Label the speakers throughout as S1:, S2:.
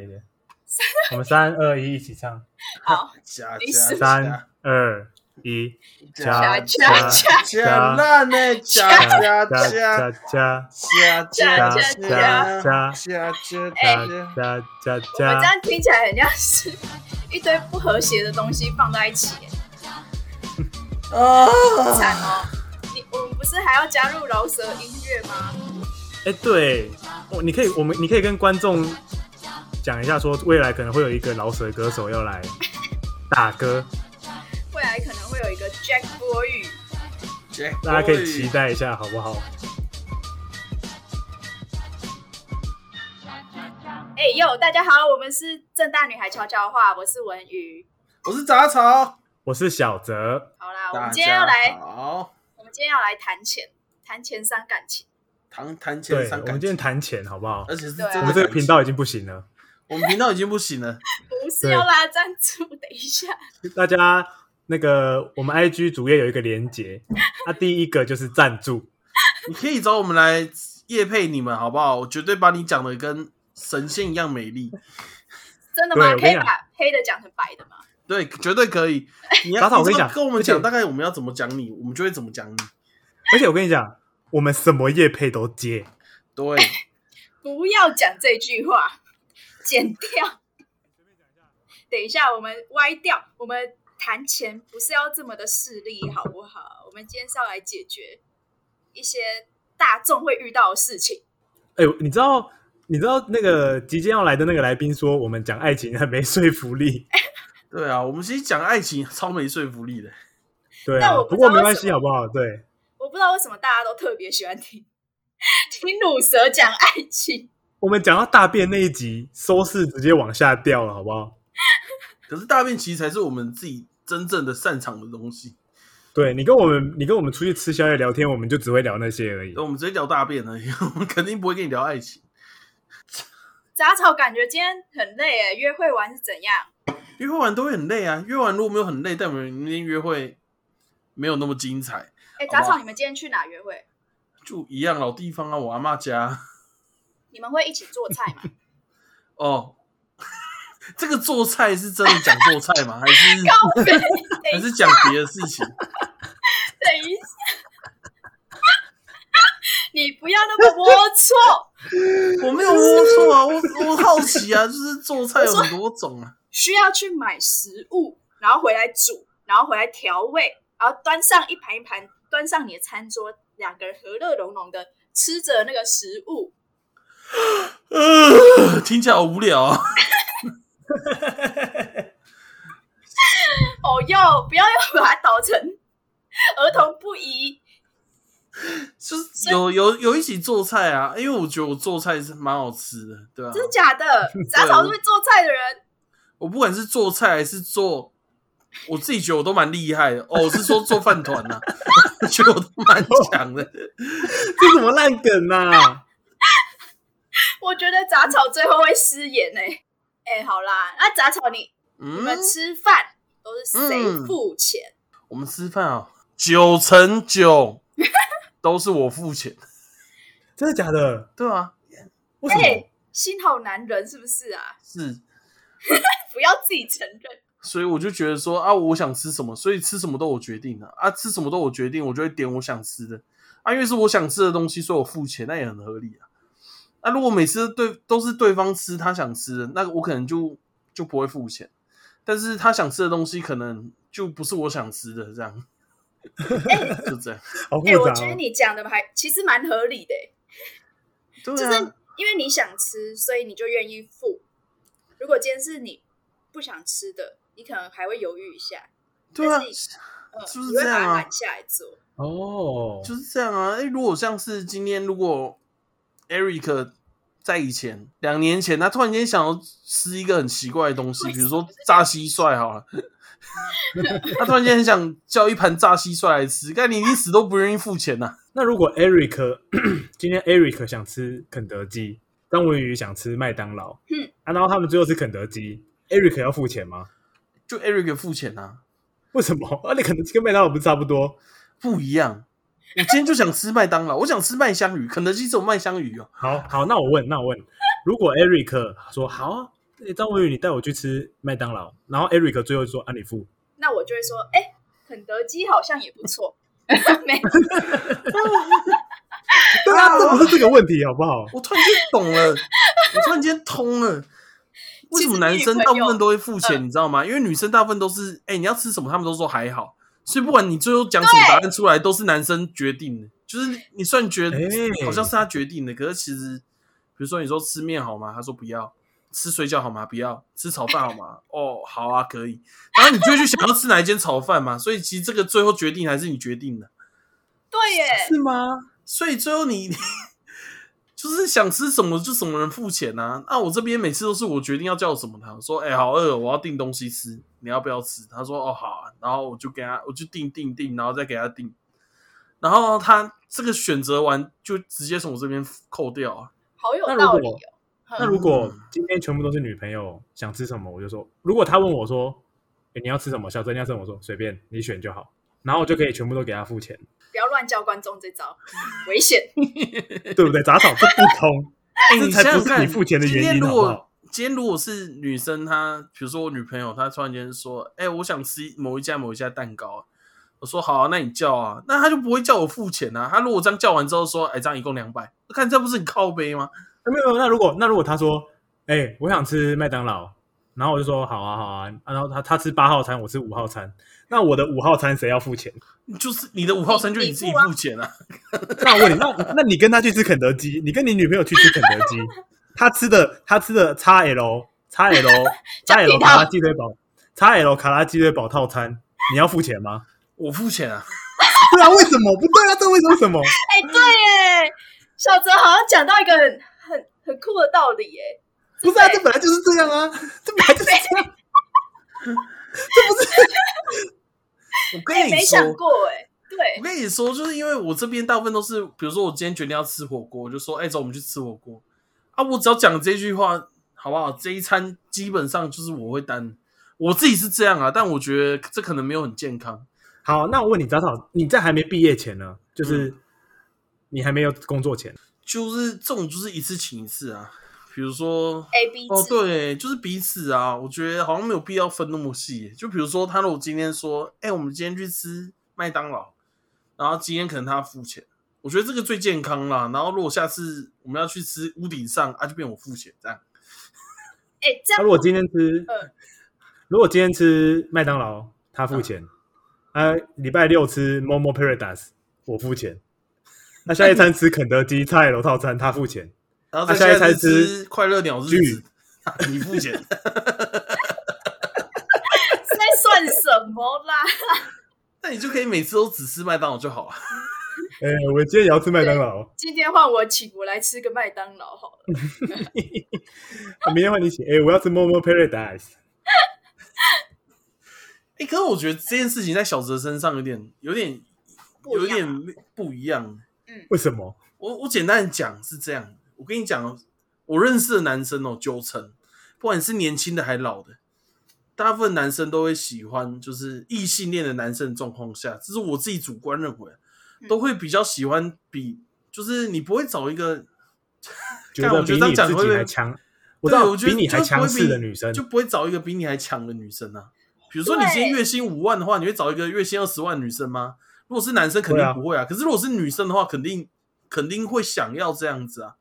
S1: 我们三二一一起唱，
S2: 好，
S3: 加
S2: 没事
S3: 加
S1: 三二一，
S3: 加
S1: 加
S2: 加加
S3: 加烂呢，加加加
S1: 加加
S3: 加
S2: 加
S3: 加加
S1: 加加
S3: 加加
S1: 加
S3: 加，
S1: 加加
S2: 我们这
S1: 加，
S2: 样听起来很像是一堆不和谐的东西放在一起耶，
S3: 啊！
S2: 惨哦！你我们不是还要加入饶舌音乐吗？
S1: 哎，对，我你可以，我们你可以跟观众讲一下，说未来可能会有一个老舍歌手要来打 歌，
S2: 未来可能会有一个 Jack Boy，
S1: 大家可以期待一下，好不好？
S2: 哎哟，大家好，我们是正大女孩悄悄话，我是文瑜。
S3: 我是杂草，
S1: 我是小泽，
S2: 好啦，我
S3: 大
S2: 们今天要
S3: 家
S2: 来，
S3: 好，
S2: 我们今天要来谈钱，谈钱伤感情。
S3: 谈谈钱
S1: 对，
S3: 伤
S1: 我们
S3: 感
S1: 今天
S3: 情，
S1: 谈钱，好不好？
S3: 而且是
S2: 对啊
S3: 真的
S1: 我们这个
S3: 感
S1: 频
S3: 情
S1: 道已经不行了。
S3: 我们频道已经不行了，
S2: 不是
S1: 对
S2: 要拉赞助，等一下，
S1: 大家那个我们 IG 主页有一个连接，那、第一个就是赞助，
S3: 你可以找我们来夜配你们好不好？我绝对把你讲的跟神仙一样美丽，
S2: 真的
S1: 对
S2: 吗？
S1: 我
S2: 可
S1: 跟
S2: 以
S1: 你讲
S2: 把黑的讲成白的吗？
S3: 对，绝对可以。你要
S1: 杂草我跟你
S3: 知道
S1: 讲
S3: 跟我们
S1: 而且
S3: 讲大概我们要怎么讲你，我们就会怎么讲你。
S1: 而且我跟你讲，我们什么业配都接，
S3: 对，
S2: 不要讲这句话，剪掉。等一下，我们歪掉。我们谈钱不是要这么的势利，好不好？我们今天是要来解决一些大众会遇到的事情。
S1: 哎、呦，你知道你知道那个即将要来的那个来宾说我们讲爱情很 没说服力，
S2: 哎
S3: 对啊，我们其实讲爱情超没说服力的。
S1: 对
S2: 但
S1: 啊
S2: 我，不
S1: 不
S2: 知
S1: 过
S2: 道
S1: 没关
S2: 为什
S1: 系，
S2: 么
S1: 好不好？对，
S2: 我不知道为什么大家都特别喜欢听听乳蛇讲爱情，
S1: 我们讲到大便那一集，收视直接往下掉了，好不好？
S3: 可是大便其实才是我们自己真正的擅长的东西，
S1: 对你跟我们，你跟我们出去吃宵夜聊天，我们就只会聊那些而已。
S3: 我们直接聊大便而已，我们肯定不会跟你聊爱情。
S2: 杂草感觉今天很累诶，约会完是怎样？
S3: 约会完都会很累啊，约完如果没有很累，代表你那天约会没有那么精彩，
S2: 哎，
S3: 好不
S2: 杂
S3: 好
S2: 草，你们今天去哪约会？
S3: 就一样老地方啊，我阿妈家
S2: 你们会一起做菜吗？
S3: 哦。 这个做菜是真的讲做菜吗？还是
S2: 靠北等
S3: 还
S2: 一
S3: 是讲别的事情？
S2: 等一下， 你不要那么龌龊。
S3: 我没有龌龊啊，我我好奇啊，就是做菜有很多种啊。
S2: 需要去买食物，然后回来煮，然后回来调味，然后端上一盘一盘，端上你的餐桌，两个人和乐融融的吃着那个食物。
S3: 呃，听起来好无聊啊。
S2: 哦哟，不要又把它搞成儿童不宜。
S3: 就是有有有一起做菜啊，因为我觉得我做菜是蛮好吃的，对吧、
S2: 真的假的？杂草是会做菜的人，
S3: 我不管是做菜还是做，我自己觉得我都蛮厉害的。哦，我是说做饭团呐， 我觉得我都蛮强的。
S1: 这什么烂梗啊 呐、
S2: 我觉得杂草最后会失言呢、欸。哎、好啦，那杂草你你
S3: 嗯，
S2: 们吃饭都是谁
S3: 嗯
S2: 付钱？
S3: 我们吃饭啊，九成 九都是我付钱，
S1: 真的假的？
S3: 对啊，
S1: 为
S2: 哎、
S1: 什么？
S2: 心好男人是不是啊？
S3: 是，
S2: 不要自己承认。
S3: 所以我就觉得说啊，我想吃什么，所以吃什么都我决定的啊吃什么都我决定，我就会点我想吃的啊，因为是我想吃的东西，所以我付钱，那也很合理啊。那、如果每次对都是对方吃他想吃的，那我可能就就不会付钱，但是他想吃的东西可能就不是我想吃的，这样，就这样，
S1: 好复
S2: 哎、我
S1: 杂、
S2: 觉得
S1: 哦。
S2: 你讲的还其实蛮合理的、欸，
S3: 对
S2: 就
S3: 啊，
S2: 是因为你想吃，所以你就愿意付。如果今天是你不想吃的，你可能还会犹豫一下，
S3: 对啊
S2: 但，是呃，
S3: 就是
S2: 你会
S3: 这
S2: 把
S3: 样
S2: 它
S3: 啊
S2: 揽下来做。
S1: 哦，
S3: 就是这样啊。哎、如果像是今天，如果 Eric 在以前两年前，他突然间想要吃一个很奇怪的东西，
S2: 为什么
S3: 比如说炸蟋蟀好了，他突然间很想叫一盘炸蟋蟀来吃，但你一死都不愿意付钱呐、
S1: 那如果 Eric 今天 Eric 想吃肯德基，张文宇想吃麦当劳，
S2: 嗯
S1: 啊，然后他们最后吃肯德基，Eric 要付钱吗？
S3: 就 Eric 付钱呐、啊，
S1: 为什么？而且肯德基跟麦当劳不是差不多？
S3: 不一样。我今天就想吃麦当劳，我想吃麦香鱼，肯德基只有麦香鱼哦。
S1: 好好，那我问，那我问，如果 Eric 说好啊，诶张文宇，你带我去吃麦当劳，然后 Eric 最后就说啊你付，
S2: 那我就会说，哎、肯德基好像也 不错。没，
S1: 对啊，这不是这个问题好不好？
S3: 我突然间懂了，我突然间通了。为什么男生大部分都会付
S2: 其实你女
S3: 钱，
S2: 朋
S3: 你知道吗？因为女生大部分都是，哎、你要吃什么，他们都说还好，所以不管你最后讲什么答案出来，都是男生决定的。就是你算觉得
S1: 哎
S3: 好像是他决定的，可是其实，比如说你说吃面好吗？他说不要。吃水饺好吗？不要吃炒饭好吗？ 哦，好啊，可以。然后你就会去想要吃哪一间炒饭嘛，所以其实这个最后决定还是你决定的。
S2: 对耶，
S3: 是吗？所以最后你 就是想吃什么就什么人付钱啊。那我这边每次都是我决定要叫什么他说哎、好饿哦，我要订东西吃，你要不要吃？他说哦好啊，然后我就给他，我就订订订，然后再给他订，然后他这个选择完就直接从我这边扣掉啊。
S2: 好有
S1: 那如
S2: 道
S1: 果
S2: 理哦。
S1: 那如果今天全部都是女朋友，想吃什么我就说，如果她问我说，诶你要吃什么，小珍你要吃什么，我说随便你选就好，然后我就可以全部都给她付钱，
S2: 不要乱教观众这招，危险。
S1: 对不对？杂草这不通，
S3: 哎、
S1: 这
S3: 你
S1: 才
S3: 想
S1: 不
S3: 想
S1: 是
S3: 看，
S1: 你付钱的
S3: 今
S1: 原
S3: 天
S1: 因，
S3: 如
S1: 好不
S3: 果
S1: 好？
S3: 今天如果是女生她，比如说我女朋友，她突然间说：“哎、我想吃某一家某一家蛋糕。”我说：“好啊，那你叫啊。”那她就不会叫我付钱啊。她如果这样叫完之后说：“哎、这样一共两百。”看这不是很靠背吗？
S1: 哎那没有，那如果那如果她说，哎、我想吃麦当劳，然后我就说好啊好啊，啊然后她她吃八号餐，我吃五号餐，那我的五号餐谁要付钱？
S3: 就是你的五号餐就你自己付钱啊。
S1: 那我问你，那那你跟他去吃肯德基，你跟你女朋友去吃肯德基，他吃的他吃的 x L x L x
S2: 橡
S1: L
S2: 皮
S1: 卡
S2: 套
S1: 拉鸡腿堡 x L 卡拉鸡腿堡套餐，你要付钱吗？
S3: 我付钱啊，
S1: 对啊，为什么不对啊？这为什么为什么？
S2: 哎、对耶，小泽好像讲到一个很很很酷的道理耶。
S1: 不是啊，
S2: 对
S1: 这本来就是这样啊，这本来就是这样。啊
S3: 我
S2: 哎、
S3: 跟你
S2: 没
S3: 说，
S2: 想过哎，
S3: 我
S2: 对，
S3: 跟你说，就是因为我这边大部分都是，比如说我今天决定要吃火锅，我就说，哎、走，我们去吃火锅。啊，我只要讲这句话，好不好？这一餐基本上就是我会担，我自己是这样啊，但我觉得这可能没有很健康。
S1: 好，那我问你，杂草，你在还没毕业前呢，就是、
S3: 嗯
S1: 你还没有工作前，
S3: 就是这种，就是一次请一次啊。比如说，
S2: A B 制、
S3: 哦，对，就是彼此啊，我觉得好像没有必要分那么细。就比如说，他如果今天说，哎、我们今天去吃麦当劳，然后今天可能他付钱，我觉得这个最健康啦。然后如果下次我们要去吃屋顶上，啊，就变我付钱这样。
S2: 哎、这
S1: 他
S2: 样
S1: 如果今天吃
S3: 嗯
S2: 呃，
S1: 如果今天吃麦当劳，他付钱；啊，礼拜六吃 Momo Paradise，我付钱。 那下一餐吃肯德基菜楼套餐，他付钱。
S3: 然后再
S1: 啊下一
S3: 次
S1: 餐吃
S3: 吃快乐鸟日子
S1: 剧，
S3: 你付钱。
S2: 是在算什么啦？
S3: 那你就可以每次都只吃麦当劳就好了。
S1: 哎、我今天也要吃麦当劳，
S2: 今天换我请，我来吃个麦当劳好了。
S1: 啊明天换你请。哎、我要吃 Momo Paradise。
S3: 哎、可是我觉得这件事情在小泽身上有点、有点、
S2: 不一
S3: 有
S2: 样啊
S3: 点不一样。
S1: 为什么？
S3: 我我简单的讲是这样，我跟你讲，哦我认识的男生哦，九成，不管是年轻的还老的，大部分男生都会喜欢，就是异性恋的男生的状况下，这是我自己主观认为，啊都会比较喜欢比，就是你不会找一个，
S1: 觉
S3: 干
S1: 得
S3: 我觉
S1: 比你
S3: 得这样讲
S1: 自
S3: 会不
S1: 己
S3: 会
S1: 还强，我知
S3: 对，
S1: 道
S3: 我觉得
S1: 比你还
S3: 就不
S1: 强
S3: 会
S1: 势的
S3: 比
S1: 女生，
S3: 就不会找一个比你还强的女生啊。比如说你
S2: 对
S3: 今天月薪五万的话，你会找一个月薪二十万的女生吗？如果是男生肯
S1: 对啊
S3: 定不会啊，可是如果是女生的话，肯定肯定会想要这样子啊，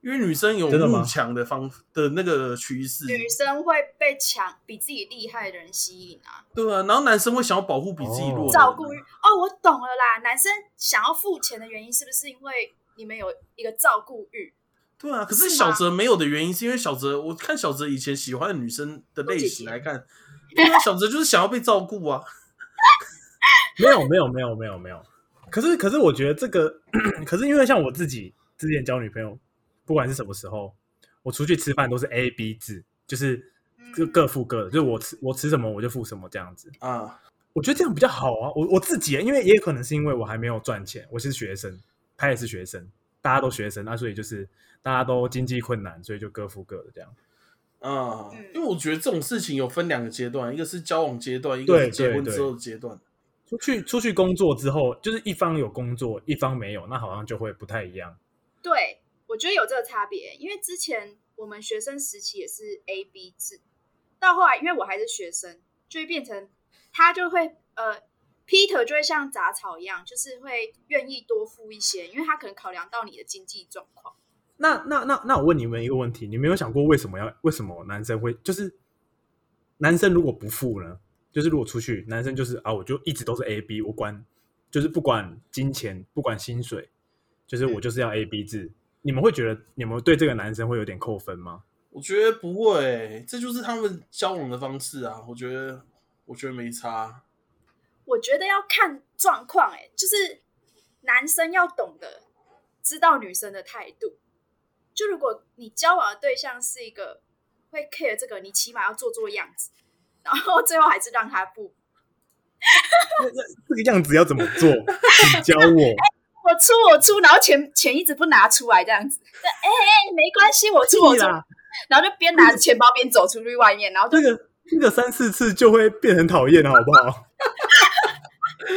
S3: 因为女生有
S1: 真的吗
S3: 慕强的方的那个趋势，
S2: 女生会被强比自己厉害的人吸引啊，
S3: 对啊，然后男生会想要保护比自己弱的人啊，
S1: 哦
S2: 照顾欲哦，我懂了啦。男生想要付钱的原因是不是因为你们有一个照顾欲？
S3: 对啊，可
S2: 是
S3: 是
S2: 吗
S3: 小泽没有的原因是因为小泽，我看小泽以前喜欢的女生的类型来看，对啊，小泽就是想要被照顾啊，
S1: 没有没有没有没有没有。可是可是我觉得这个， 可是因为像我自己之前交女朋友，不管是什么时候，我出去吃饭都是 A B 制，就是
S2: 嗯
S1: 各各付各的，就是我吃我吃什么我就付什么这样子。
S3: 啊，
S1: 我觉得这样比较好啊。我我自己，因为也可能是因为我还没有赚钱，我是学生，他也是学生，大家都学生，那、所以就是大家都经济困难，所以就各付各的这样。
S3: 啊
S2: 嗯，
S3: 因为我觉得这种事情有分两个阶段，一个是交往阶段，一个是
S1: 对
S3: 结婚
S1: 对
S3: 之后的阶段。
S1: 出去出去工作之后，就是一方有工作，一方没有，那好像就会不太一样。
S2: 对，我觉得有这个差别，因为之前我们学生时期也是 A B 制，到后来因为我还是学生，就会变成他就会呃，Peter 就会像杂草一样，就是会愿意多付一些，因为他可能考量到你的经济状况。
S1: 那那那那我问你们一个问题，你们有想过为什么要为什么男生会就是男生如果不付呢？就是如果出去，男生就是啊，我就一直都是 A B，我管就是不管金钱，不管薪水，就是我就是要 A B 制。你们会觉得你们对这个男生会有点扣分吗？
S3: 我觉得不会、这就是他们交往的方式啊。我觉得，我觉得没差。
S2: 我觉得要看状况，哎，就是男生要懂得知道女生的态度。就如果你交往的对象是一个会 care 这个，你起码要做做样子，然后最后还是让他不。
S1: 这个样子要怎么做？请 教我。
S2: 我出我出，然后钱钱一直不拿出来这样子。那哎哎，没关系，我出我
S1: 屁
S2: 出，
S1: 啦，
S2: 然后就边拿着钱包边走出去外面，然后就
S1: 这个这个三四次就会变成讨厌了，好不好？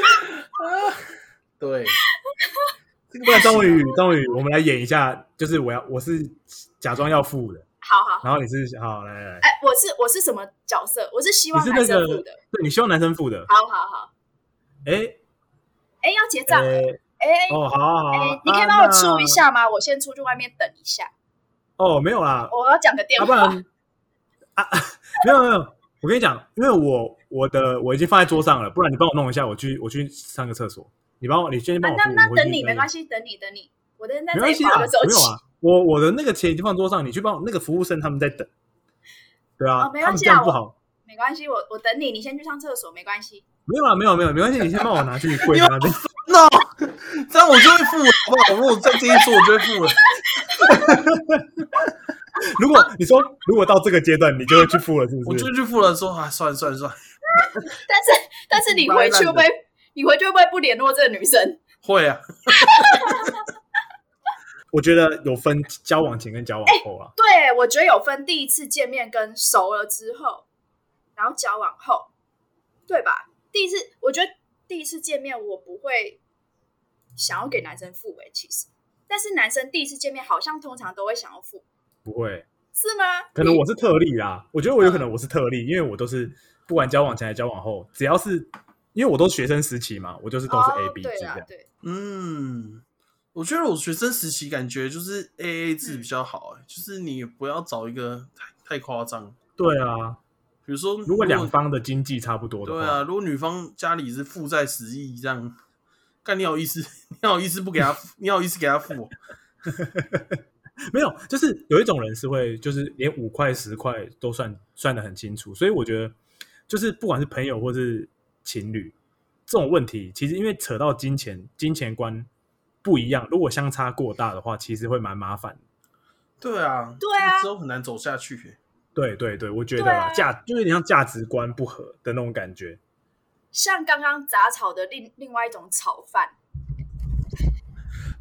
S3: 对，
S1: 这个不然张文宇，张文宇，我们来演一下，就是我要我是假装要付的，
S2: 好好。好
S1: 然后你是好来来来，
S2: 哎，我是我是什么角色？我是希
S1: 你
S2: 望
S1: 是
S2: 男
S1: 那
S2: 生
S1: 个
S2: 付的。
S1: 对，你希望男生付的，
S2: 好好好，
S1: 哎
S2: 哎，要结账了，
S1: 哎
S2: 哎
S1: 哦，好好
S2: 哎
S1: 好，，
S2: 你可以
S1: 啊
S2: 帮我出一
S1: 那
S2: 下吗？我先出去外面等一下，
S1: 哦，没有啦，
S2: 我要讲个电
S1: 要不
S2: 话。
S1: 然啊，没有没有，我跟你讲，因为我我的我已经放在桌上了，不然你帮我弄一下，我去我去上个厕所，你帮我，你先帮
S2: 啊
S1: 我付，
S2: 那那
S1: 我回去
S2: 等你
S1: 再
S2: 没关系，等你等你，我的人在
S1: 没
S2: 这
S1: 关
S2: 里
S1: 系
S2: 划
S1: 啊，
S2: 个手
S1: 没有
S2: 机。
S1: 啊，我我的那个钱已经放桌上，你去帮我那个服务生他们在等，对啊，
S2: 哦没
S1: 他
S2: 关
S1: 们
S2: 系
S1: 这
S2: 啊
S1: 样不好，
S2: 没关系，我我等你，你先去上厕所，没关系。
S1: 没有啊，没有没有，没关系，你先帮我拿去 柜台那边，
S3: 那、这样我就会付了，好不好？如果我再这一做，我就会 付了。
S1: 如果你说如果到这个阶段，你就会去付了，是
S3: 我
S1: 不？
S3: 就是去付了，说啊，算了算了算了，
S2: 但是但是你回去会不会？你回去会不会不联络这个女生？
S3: 会啊，
S1: 我觉得有分交往前跟交
S2: 哎
S1: 往后啊，
S2: 对，我觉得有分第一次见面跟熟了之后，然后交往后，对吧？第一次，我觉得第一次见面我不会想要给男生付诶、其实，但是男生第一次见面好像通常都会想要付，
S1: 不会，
S2: 是吗？
S1: 可能我是特例啦，我觉得我有可能我是特例，因为我都是不管交往前还是交往后，只要是因为我都是学生时期嘛，我就是都是 A B 制
S2: 哦、对
S1: 这
S2: 啦
S1: 样，。
S2: 对，
S3: 嗯，我觉得我学生时期感觉就是 A A 制比较好、欸，就是你不要找一个太太夸张。
S1: 对啊，
S3: 比如说，
S1: 如果两方的经济差不多的
S3: 对
S1: 话，
S3: 啊，如果女方家里是负债十亿这样，干你好意思， 你好意思不给他付，你好意思给他付哦、
S1: 没有，就是有一种人是会，就是连五块十块都算算得很清楚，所以我觉得，就是不管是朋友或是情侣，这种问题其实因为扯到金钱，金钱观不一样，如果相差过大的话，其实会蛮麻烦的。
S3: 对啊，
S2: 对啊
S3: 这个之后很难走下去、欸。
S1: 对对对，我觉得
S2: 对
S1: 啦，
S2: 啊
S1: 价就有点像价值观不合的那种感觉。
S2: 像刚刚杂草的另另外一种炒饭，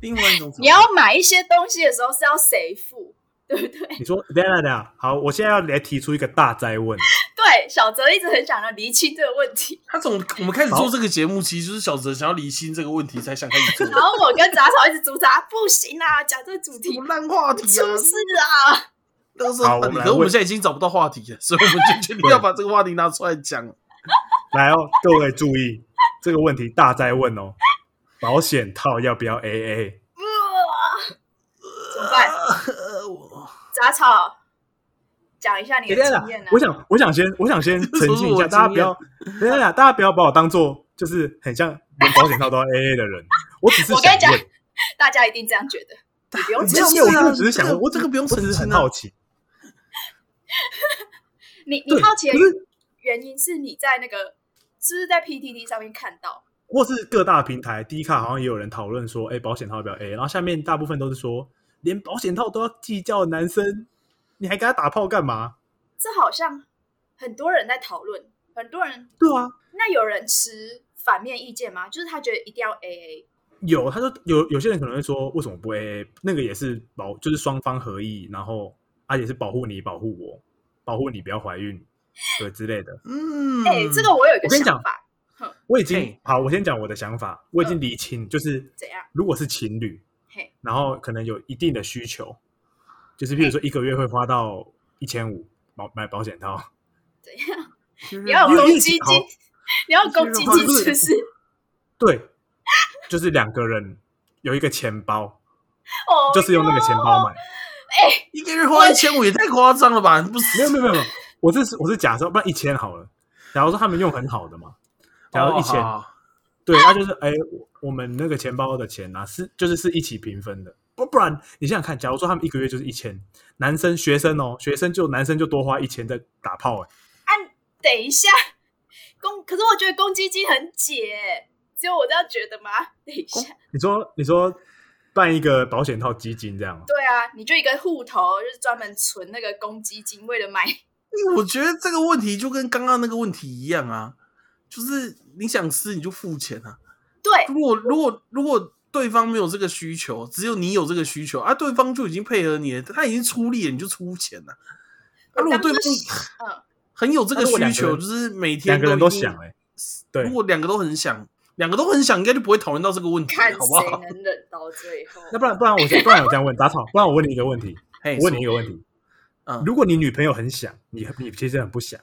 S3: 另外一种，
S2: 你要买一些东西的时候是要谁付，对不对？
S1: 你说，等一下等一下，好，我现在要来提出一个大灾问，
S2: 对，小泽一直很想要厘清这个问题，
S3: 他从我们开始做这个节目，其实就是小泽想要离心这个问题才想开始做。
S2: 然后我跟杂草一直阻止他，不行啊，讲这主
S3: 什
S2: 题
S3: 么烂话题啊
S2: 出！事啊，
S3: 但是
S1: 好
S3: 话
S1: 我
S3: 题，
S1: 们来
S3: 可是我们
S1: 问
S3: 现在已经找不到话题了，所以我们就决定要把这个话题拿出来 讲。
S1: 来哦，各位注意这个问题大灾问哦，保险套要不要 AA？
S2: 呃怎么办？
S3: 呃我
S2: 杂草，讲一下你
S1: 等
S2: 的
S1: 一下
S2: 经
S1: 啦
S2: 验啊呢、
S1: 啊我想，我想先，我想先澄清一下，大家不要，等一下啦，大家不要把我当做就是很像连保险套都要 AA 的人。我只是
S2: 我跟
S1: 想
S2: 你讲
S1: 问，
S2: 大家一定这样觉得，你不用
S1: 没
S2: 澄
S1: 有没有，
S2: 清
S3: 这是啊
S1: 我只是想问，我
S3: 这个不用
S1: 我只是
S3: 澄
S1: 很
S3: 清啊
S1: 好奇。
S2: 你你
S1: 对，
S2: 好奇的
S1: 可是
S2: 原因是你在那个是不是在 PTT 上面看到？
S1: 或是各大平台，第一卡好像也有人讨论说，哎，保险套要不要 AA？然后下面大部分都是说，连保险套都要计较，男生你还给他打炮干嘛？
S2: 这好像很多人在讨论，很多人
S1: 对啊，
S2: 那有人持反面意见吗？就是他觉得一定要 AA，
S1: 有，他说有有些人可能会说，为什么不 AA？那个也是保，就是双方合意，然后啊也是保护你，保护我，保护你不要怀孕，对之类的。
S3: 嗯，
S2: 哎、这个我有一个
S1: 我跟你讲
S2: 想法，
S1: 我已经
S3: 嘿
S1: 好，我先讲我的想法，我已经理清，就是
S2: 嗯怎样？
S1: 如果是情侣，
S2: 嘿，
S1: 然后可能有一定的需求，就是比如说一个月会花到一千五保买保险套，
S2: 怎样？你要有
S1: 因为
S2: 公
S1: 疫
S2: 积
S1: 情好
S2: 金， 你要有公积金
S1: 不是
S2: 是不是？
S1: 对，就是两个人有一个钱包，
S2: 哦，
S1: 就是用那个钱包买。
S3: 一个月花一千五也太夸张了吧？不是，
S1: 没有没有没有，没有我这是我是假设，不然一千好了。假如说他们用很好的嘛，假如一千、
S3: 哦好好
S1: 对，他就是哎、我我们那个钱包的钱啊，是就是是一起平分的，不不然你想想看，假如说他们一个月就是一千，男生学生哦，学生就男生就多花一千在打炮、哎，
S2: 等一下，公可是我觉得公积金很解，只有我这样觉得吗？等一下，
S1: 你说你说办一个保险套基金这样哦吗，
S2: 对啊，你就一个户头，就是专门存那个公积金，为了 买。
S3: 我觉得这个问题就跟刚刚那个问题一样啊，就是你想吃你就付钱啊。
S2: 对
S3: 如果如果如果对方没有这个需求，只有你有这个需求啊，对方就已经配合你了，他已经出力了，你就出钱了。啊，如果对
S2: 当
S3: 方
S2: 初是嗯，
S3: 很有这
S1: 啊
S3: 个
S1: 如果两
S3: 需
S1: 个
S3: 求，
S1: 人
S3: 就是每天
S1: 两个人都
S3: 一定
S1: 想哎、对
S3: 如果两个都很想，两个都很想，应该就不会讨论到这个问题，
S2: 看
S3: 好不
S2: 谁
S3: 好？
S2: 能忍到最后。
S1: 那不然不然我先不然我这样问打草，不然我问你一个问题，
S3: 嘿，
S1: 我问你一
S3: 说
S1: 个问题，
S3: 嗯，
S1: 如果你女朋友很想你，你其实很不想，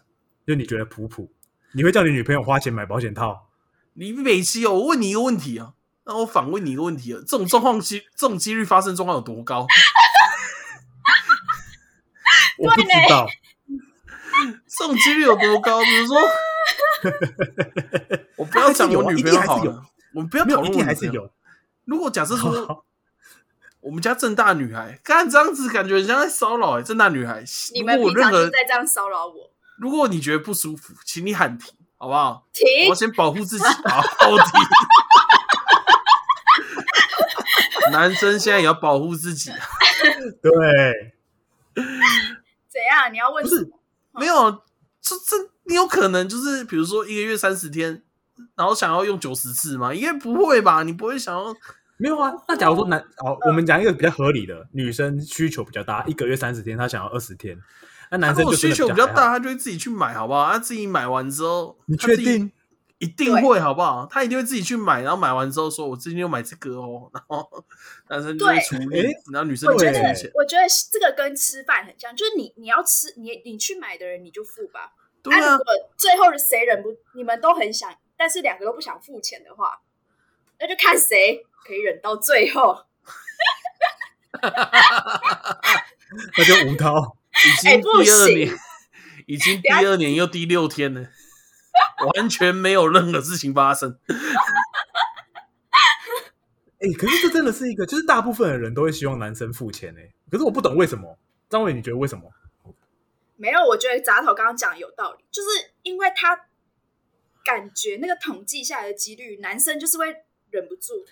S1: 就你觉得普普，你会叫你女朋友花钱买保险套？
S3: 你每期哦，我问你一个问题啊，那我反问你一个问题啊，这种状况几这种几率发生状况有多高？
S1: 我不知
S2: 对呢
S1: 道，
S3: 这种几率有多高？比如说， 我不要讲我女朋友好
S1: 还是有啊
S3: 了，我们不要
S1: 没
S3: 讨
S1: 有一
S3: 论啊
S1: 定
S3: 我
S1: 还
S3: 女朋
S1: 是
S3: 友。
S1: 有。
S3: 如果假设
S1: 好
S3: 说
S1: 好
S3: 我们家正大女孩，干这样子感觉很像在骚扰哎，正大女孩。
S2: 你
S3: 如
S2: 们
S3: 果我
S2: 平
S3: 任
S2: 常就
S3: 何
S2: 在这样骚扰我，
S3: 如果你觉得不舒服，请你喊停，好不好？我
S2: 停
S3: 要！先保护自己，保护自己。 男生现在也要保护自己啊，
S1: 对，
S2: 怎样？你要问
S1: 不是
S2: 什么？
S3: 没有，
S2: 嗯
S3: 这这你有可能就是比如说一个月三十天，然后想要用九十次吗？应该不会吧？你不会想要
S1: 没有啊。那假如说男哦，我们讲一个比较合理的，女生需求比较大，一个月三十天，她想要二十天，那男生就
S3: 如果
S1: 真
S3: 需
S1: 的
S3: 求比较
S1: 还好
S3: 大，。他就会自己去买，好不好？他自己买完之后，
S1: 你
S3: 他
S1: 确
S3: 自己
S1: 定？
S3: 一定会好不好？他一定会自己去买，然后买完之后说：“我最近又买这个哦。”然后 男生就会
S2: 对
S3: 出力
S1: 诶，
S3: 然后女生就
S1: 对
S3: 会出钱。
S2: 我觉得这个跟吃饭很像，就是你你要吃，你你去买的人你就付吧。
S3: 对
S2: 啊
S3: 啊
S2: 如，果最后谁忍不，你们都很想，但是两个都不想付钱的话，那就看谁可以忍到最后。
S1: 那就无 套。
S3: 已
S2: 哎
S3: 经
S2: 不
S3: 第二
S2: 行
S3: 年，已经第
S2: 等下
S3: 二年又第六天了，完全没有任何事情发生。
S1: 哎、可是这真的是一个，就是大部分的人都会希望男生付钱哎、可是我不懂为什么，张伟，你觉得为什么？
S2: 没有，我觉得杂草刚刚讲有道理，就是因为他感觉那个统计下来的几率，男生就是会忍不住。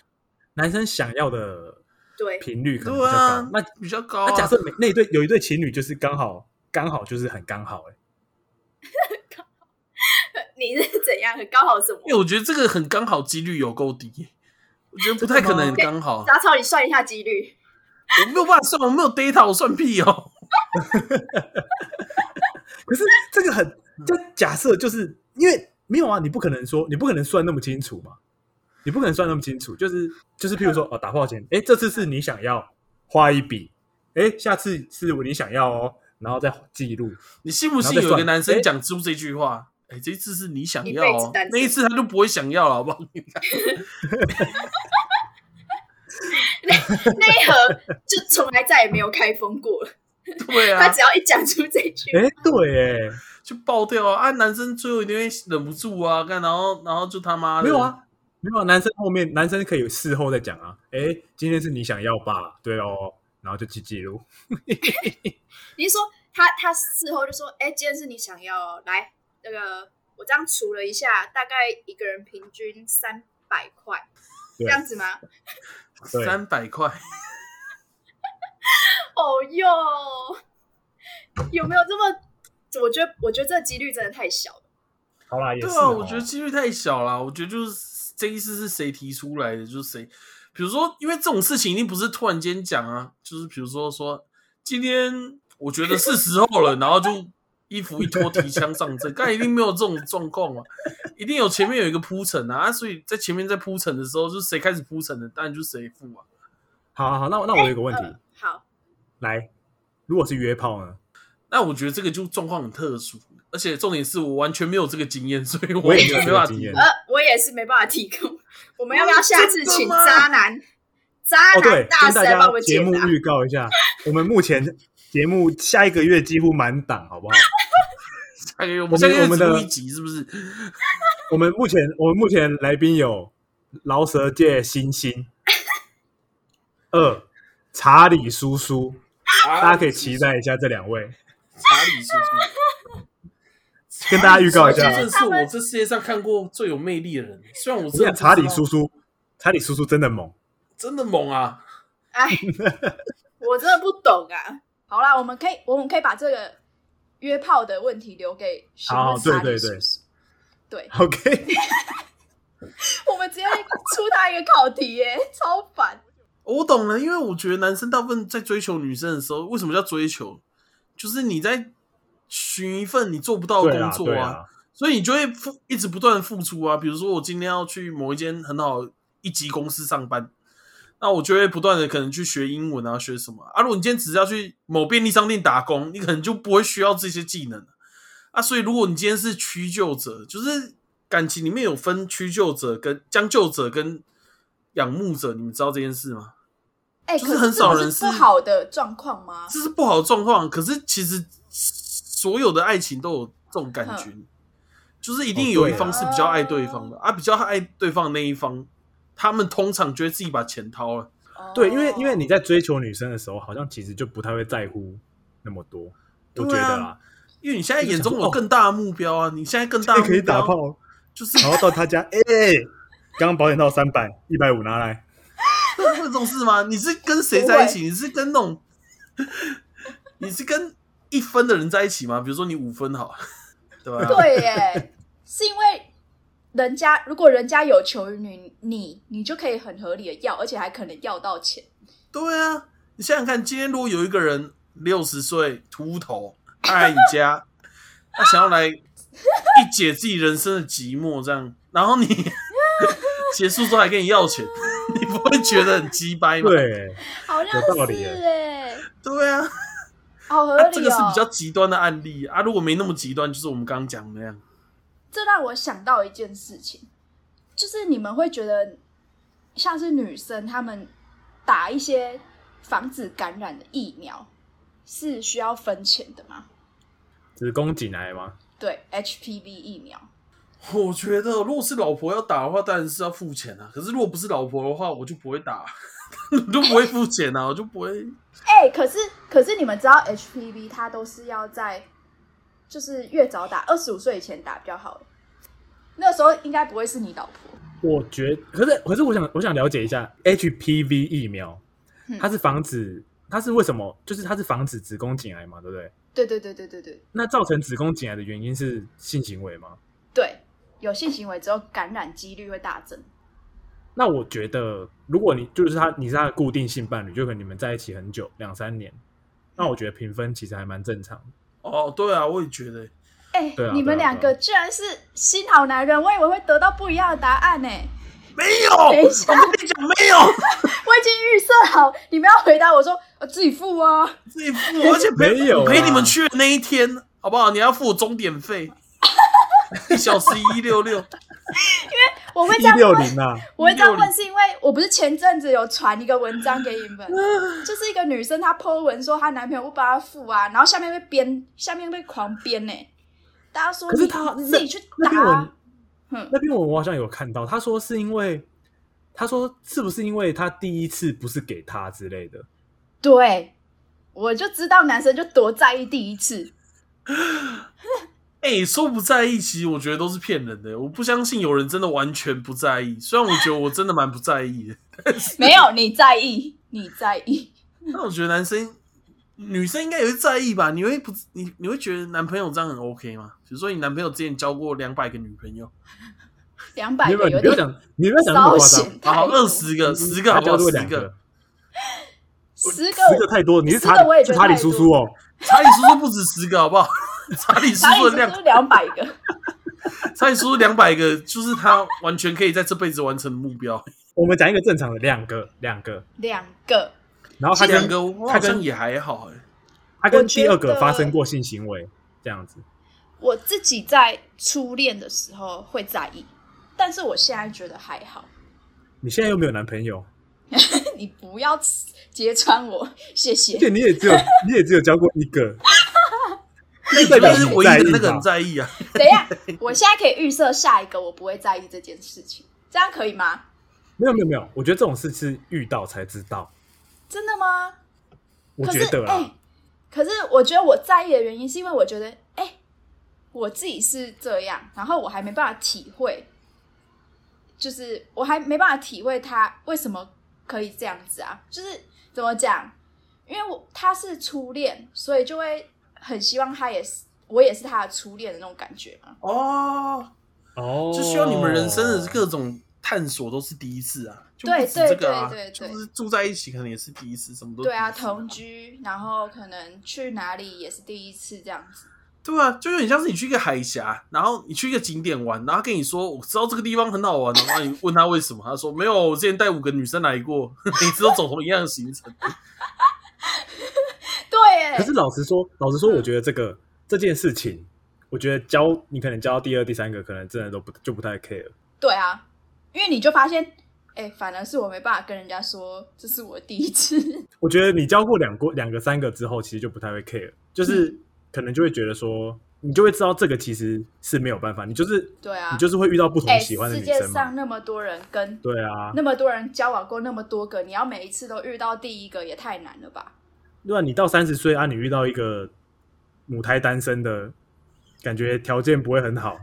S1: 男生想要的
S2: 对，
S1: 频率可能比
S3: 对
S1: 较高。
S3: 啊，
S1: 那
S3: 比较高、啊。
S1: 那假设每那一对有一对情侣就是刚好刚好就是很刚好哎、
S2: 你是怎样？刚好什么？
S3: 欸因为我觉得这个很刚好，几率有够低。我觉得不太可能很刚好，
S2: 杂草，你算一下几 率。
S3: 我没有办法算，我没有 data，我算屁哦。
S1: 可是这个很
S3: 嗯
S1: 就假设，就是因为没有啊，你不可能说你不可能算那么清楚嘛，你不可能算那么清楚，就是就是譬如说哦，打炮前，哎，这次是你想要花一笔，哎，下次是你想要哦，然后再记录，
S3: 你信不
S1: 然后
S3: 信
S1: 再
S3: 有一个
S1: 算
S3: 男
S1: 哎
S3: 生讲出这句话？哎、这一次是你想
S2: 一
S3: 要、
S2: 辈子
S3: 哦
S2: 单，身
S3: 那一次他就不会想要了，好不好？ 你看
S2: 那一盒就从来再也没有开封过了。
S3: 对
S2: 他
S3: 啊，
S2: 只要一讲出这句，
S1: 哎，对，哎，
S3: 就爆掉啊！啊，男生最后一定会忍不住啊，干，然后然后就他妈的
S1: 没有啊，没有啊，男生后面男生可以事后再讲啊，哎，今天是你想要吧，对哦，然后就去记录，
S2: 你是说他他事后就说，哎、今天是你想要哦来那个，我这样除了一下，大概一个人平均三百块，这
S1: 对
S2: 样子吗？
S1: 对
S3: 三百块，
S2: 哦哟， 有没有这么？我觉得我觉得这几率真的太小了。
S1: 好啦，也是
S3: 对
S1: 哦，
S3: 啊，我觉得几率太小了。我觉得就是这一次是谁提出来的，就是谁，比如说，因为这种事情一定不是突然间讲啊，就是比如说说今天我觉得是时候了，然后就衣服一脱提枪上阵，但一定没有这种状况嘛，一定有前面有一个铺陈啊啊，所以在前面在铺陈的时候，就是谁开始铺陈的，当然就是谁付
S1: 嗯
S3: 啊。
S2: 呃
S3: 呃
S1: 好好好，那我那我有一个问题，
S2: 嗯好，
S1: 来，如果是约炮呢？
S3: 那我觉得这个就状况很特殊，而且重点是我完全没有这个经验，所以
S1: 我也
S3: 也
S1: 没有
S3: 没
S1: 这个
S3: 办法
S1: 经
S3: 提
S1: 验。
S2: 呃，我也是没办法提供。我们要不要
S3: 哇
S2: 下次
S3: 真的
S2: 请
S3: 吗
S2: 渣男渣
S1: 哦，对
S2: 男，大
S1: 跟
S2: 师
S1: 大
S2: 来帮我
S1: 家
S2: 们
S1: 节
S2: 解
S1: 目
S2: 答？
S1: 预告一下，我们目前节目下一个月几乎满档，好不好？
S3: 下个月我
S1: 我们
S3: 们下个月
S1: 我们的
S3: 出一集是不是？
S1: 我们目前我们目前来宾有饶舌界星星，二查理叔叔，大
S3: 大
S1: 家可以期待一下这两位。
S3: 查理叔叔，
S1: 跟大家预告一下
S3: 查理叔叔真的是我这世界上看过最有魅力的人。虽然我
S1: 我
S3: 真
S1: 跟
S3: 的
S1: 你讲，查理
S3: 不知道
S1: 叔叔，查理叔叔真的猛，
S3: 真的猛啊！
S2: 哎，我真的不懂啊。好啦，我们可以，我们可以把这个约炮的问题留给询问
S1: 好对
S2: 查理
S1: 对
S2: 叔
S1: 对
S2: 叔对，
S1: OK，
S2: 我们直接出他一个考题耶，超烦。
S3: 我懂了，因为我觉得男生大部分在追求女生的时候，为什么叫追求？就是你在寻一份你做不到的
S1: 对啊
S3: 工，作哦
S1: 对啊，
S3: 所以你就会付一直不断的付出啊。比如说我今天要去某一间很好一级公司上班，那我就会不断的可能去学英文啊，学什么啊啊。如果你今天只是要去某便利商店打工，你可能就不会需要这些技能啊。所以如果你今天是屈就者，就是感情里面有分屈就者跟将就者跟仰慕者，你们知道这件事吗？
S2: 哎，
S3: 就是
S2: 可
S3: 很少
S2: 这不
S3: 人
S2: 是
S3: 是
S2: 不好的状况吗？
S3: 这是不好的状况。可是其实所有的爱情都有这种感觉，就是一
S1: 哦
S3: 定有
S1: 啊
S3: 一方是比较爱对方的、啊，比较爱对方的那一方，他们通常觉得自己把钱掏了。
S1: 对，因为因为
S2: 哦
S1: 你在追求女生的时候，好像其实就不太会在乎那么多，我觉
S3: 对
S1: 得
S3: 啊
S1: 啦，
S3: 因为你现在眼中有更大的目标啊！你现在更大
S1: 这
S3: 的
S1: 可以
S3: 目
S1: 打
S3: 标
S1: 炮，
S3: 就是
S1: 然后到他 家，哎，刚刚保险套三百，一百五拿来，
S3: 会有这种事吗？你是跟谁在一起？你是跟那种， 你是跟一分的人在一起吗？比如说你五分好了，对吧、
S2: 对啊耶，是因为人家如果人家有求于你，你你就可以很合理的要，而且还可能要到钱。
S3: 对啊，你想想看，今天如果有一个人六十岁秃头，他来你家， 他想要来一解自己人生的寂寞，这样，然后你 结束之后还跟你要钱， 你不会觉得很鸡
S1: 哎
S3: 掰吗？，
S1: 对，
S2: 好像
S1: 有道
S2: 是
S1: 理耶
S2: 哎，
S3: 对啊，
S2: 好合理
S3: 啊
S2: 哦。
S3: 这个是比较极端的案例啊。如果没那么极端，就是我们刚刚讲的那样。
S2: 这让我想到一件事情，就是你们会觉得像是女生她们打一些防止感染的疫苗是需要分钱的吗？
S1: 子宫颈癌吗？
S2: 对，HPV 疫苗，
S3: 我觉得，如果是老婆要打的话，当然是要付钱啊。可是如果不是老婆的话，我就不会打， 我就不会付钱啊，我就不会
S2: 哎、可是可是你们知道 HPV 它都是要在，就是越早打，二十五岁以前打比较好。那时候应该不会是你老婆，
S1: 我觉可是可是我想我想了解一下 HPV 疫苗
S2: 嗯，
S1: 它是防止它是为什么？就是它是防止子宫颈癌嘛，对不对？
S2: 对对对对对对
S1: 那造成子宫颈癌的原因是性行为吗？
S2: 对，有性行为之后感染几率会大增。
S1: 那我觉得，如果你就是他，你是他的固定性伴侣，就可能你们在一起很久，两三年，那我觉得评分其实还蛮正常的。
S3: 哦，对啊，我也觉得。
S2: 哎、
S1: 对啊
S2: 你们
S1: 对啊
S2: 两个居然是新好男人，我以为会得到不一样的答案呢、
S3: 没有，
S2: 等一下
S3: 我跟你讲，没有，
S2: 我已经预设好你们要回答我说呃自己付啊，
S3: 自己付，而且陪
S1: 没有啊
S3: 我陪你们去的那一天，好不好？你要付我终点费， 一小时一六六，
S2: 我会这
S1: 一
S2: 样
S1: 六
S2: 问，
S1: 零啊，
S2: 我会这样问是因为我不是前阵子有传一个文章给你 们，就是一个女生她 po 文说她男朋友不帮她付啊，然后下面被编，下面被狂编呢、大家说
S1: 可是
S2: 你
S1: 她
S2: 你
S1: 那
S2: 自己去
S1: 那篇
S2: 打、
S1: 文
S2: 啊，嗯，
S1: 那篇文我好像有看到，他说是因为，他说是不是因为他第一次不是给他之类的？
S2: 对，我就知道男生就多在意第一次，
S3: 哎、说不在意，其实我觉得都是骗人的。我不相信有人真的完全不在意，虽然我觉得我真的蛮不在意的，
S2: 没有你在意，你在意，
S3: 但我觉得男生、女生应该也会在意吧？你会不？你你会觉得男朋友这样很 OK 吗？比如说你男朋友之前交过两百个女朋友，
S2: 两百
S1: 你有没
S2: 个
S1: 有？你不要
S2: 点
S1: 讲，你不要讲那么
S2: 稍
S1: 夸张
S2: 显，
S3: 好，
S2: 太多
S3: 二十个、十个，
S1: 他
S3: 好不
S1: 交
S3: 好？
S1: 过
S3: 十
S1: 两
S3: 个，，
S2: 十
S1: 十个
S2: 个
S1: 太多，你是
S2: 十
S1: 查
S2: 个我也
S1: 理
S2: 觉
S1: 是
S2: 得
S1: 查理
S2: 太
S1: 叔
S2: 多
S1: 叔哦，
S3: 查理叔叔不止十个，好不好？ 查理叔
S2: 查理
S3: 叔
S2: 叔
S3: 的量
S2: 叔两百个，
S3: 查理叔叔两百个，就是他完全可以在这辈子完成的 目标。
S1: 我们讲一个正常的，两个，两个，
S2: 两个。
S1: 然后他
S3: 两
S1: 跟
S3: 个我
S1: 他
S3: 好
S1: 跟
S3: 像也还好哎、
S1: 他跟
S2: 我觉
S1: 第二个
S2: 得
S1: 发生过性行为这样子，
S2: 我自己在初恋的时候会在意，但是我现在觉得还好。
S1: 你现在又没有男朋友，
S2: 你不要揭穿我，谢谢
S1: 而。且你也 只有你也只有交过一个，
S3: 那
S1: 代
S3: 个
S1: 表
S3: 就是
S1: 你
S3: 唯
S1: 在
S3: 一的
S1: 意
S3: 那个
S1: 吧
S3: 很在意啊。
S2: 怎样？我现在可以预设下一个，我不会在意这件事情，这样可以吗？
S1: 没有没有没有，我觉得这种事是遇到才知道，
S2: 真的吗？
S1: 我
S2: 可
S1: 觉
S2: 是，
S1: 得
S2: 哎、
S1: 啦，
S2: 可是我觉得我在意的原因是因为我觉得，哎、我自己是这样，然后我还没办法体会，就是我还没办法体会他为什么可以这样子啊，就是怎么讲？因为我他是初恋，所以就会很希望他也是我也是他的初恋的那种感觉嘛。
S3: 哦，
S1: 哦，
S3: 就希望你们人生的各种探索都是第一次啊，就不
S2: 对
S3: 止
S2: 对
S3: 这个啊
S2: 对，对对
S3: 就是住在一起可能也是第一次，什么都
S2: 对啊，
S3: 第一次
S2: 同居，然后可能去哪里也是第一次这样子。
S3: 对啊，就有点像是你去一个海峡，然后你去一个景点玩，然后他跟你说我知道这个地方很好玩，然后你问他为什么，他说没有，我之前带五个女生来过， 每次都走同一样的行程。
S2: 对，哎
S1: 可是老实说，老实说，
S2: 嗯
S1: 我觉得这个、这件事情，我觉得交你可能交到第二、第三个，可能真的都不就不太 care。
S2: 对啊，因为你就发现，哎、反而是我没办法跟人家说这是我第一次。
S1: 我觉得你交过两过两个、三个之后，其实就不太会 care，就是
S2: 嗯
S1: 可能就会觉得说，你就会知道这个其实是没有办法，你就是
S2: 对啊，
S1: 你就是会遇到不
S2: 哎、
S1: 同喜欢的
S2: 世
S1: 女
S2: 界
S1: 生
S2: 上
S1: 嘛。
S2: 那么多人跟
S1: 对啊，
S2: 那么多人交往过那么多个，你要每一次都遇到第一个也太难了吧？
S1: 对啊，你到三十岁啊，你遇到一个母胎单身的，感觉条件不会很好。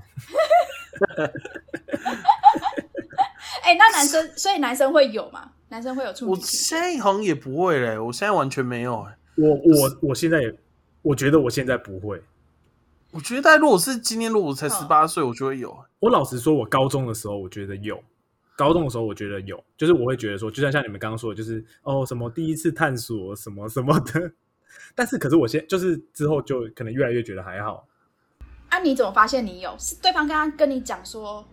S2: 哎、那男生，所以男生会有吗？男生会有处
S3: 我
S2: 女情？
S3: 现在好像也不会嘞，我现在完全没有哎。
S1: 我我我现在也，我觉得我现在不会。
S3: 我觉得大概如果是今天，如果我才
S2: 嗯
S3: 十八岁，我就会有。
S1: 我老实说，我高中的时候我觉得有，高中的时候我觉得有，就是我会觉得说，就像像你们刚刚说的，就是哦什么第一次探索什么什么的， 但是可是我现就是之后就可能越来越觉得还好，
S2: 啊，你怎么发现你有？是对方刚刚跟你讲说，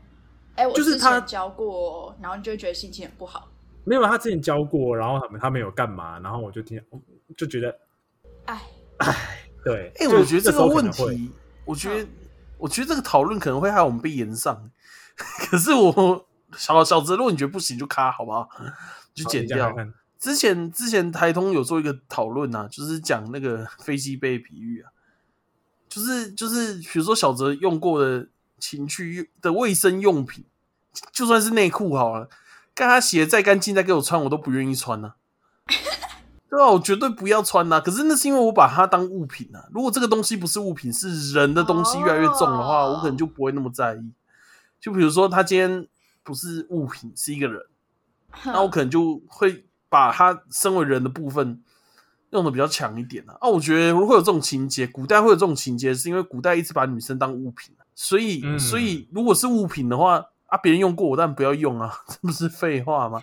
S2: 哎、我
S1: 就是
S2: 之
S1: 他
S2: 前交过哦，然后你就会觉得心情很不好
S1: 没有啊他之前教过，然后他们他们有干嘛，然后我就听就觉得
S2: 哎，
S1: 对，
S3: 哎、
S1: 就
S3: 我觉得
S1: 这
S3: 这
S1: 时
S3: 个
S1: 候可
S3: 问
S1: 能会
S3: 题，我觉得，我觉得这个讨论可能会害我们被延上。 可是我小小泽，如果你觉得不行，就咔，好不好？就
S1: 好
S3: 剪
S1: 你讲讲
S3: 掉。
S1: 看
S3: 之前之前台通有做一个讨论啊，就是讲那个飞机杯比喻啊，就是就是比如说小泽用过的情趣用的卫生用品，就算是内裤好了，看他洗的再干净再给我穿，我都不愿意穿呐、啊对啊，我绝对不要穿呐、可是那是因为我把它当物品啊。如果这个东西不是物品，是人的东西越来越重的话，
S2: 哦
S3: 我可能就不会那么在意。就比如说，他今天不是物品，是一个人。那我
S2: 哼
S3: 可能就会把他身为人的部分用的比较强一点啊。啊，我觉得会有这种情节，古代会有这种情节，是因为古代一直把女生当物品，啊所以、
S1: 嗯
S3: 所以如果是物品的话，啊，别人用过我，但不要用啊， 这不是废话吗？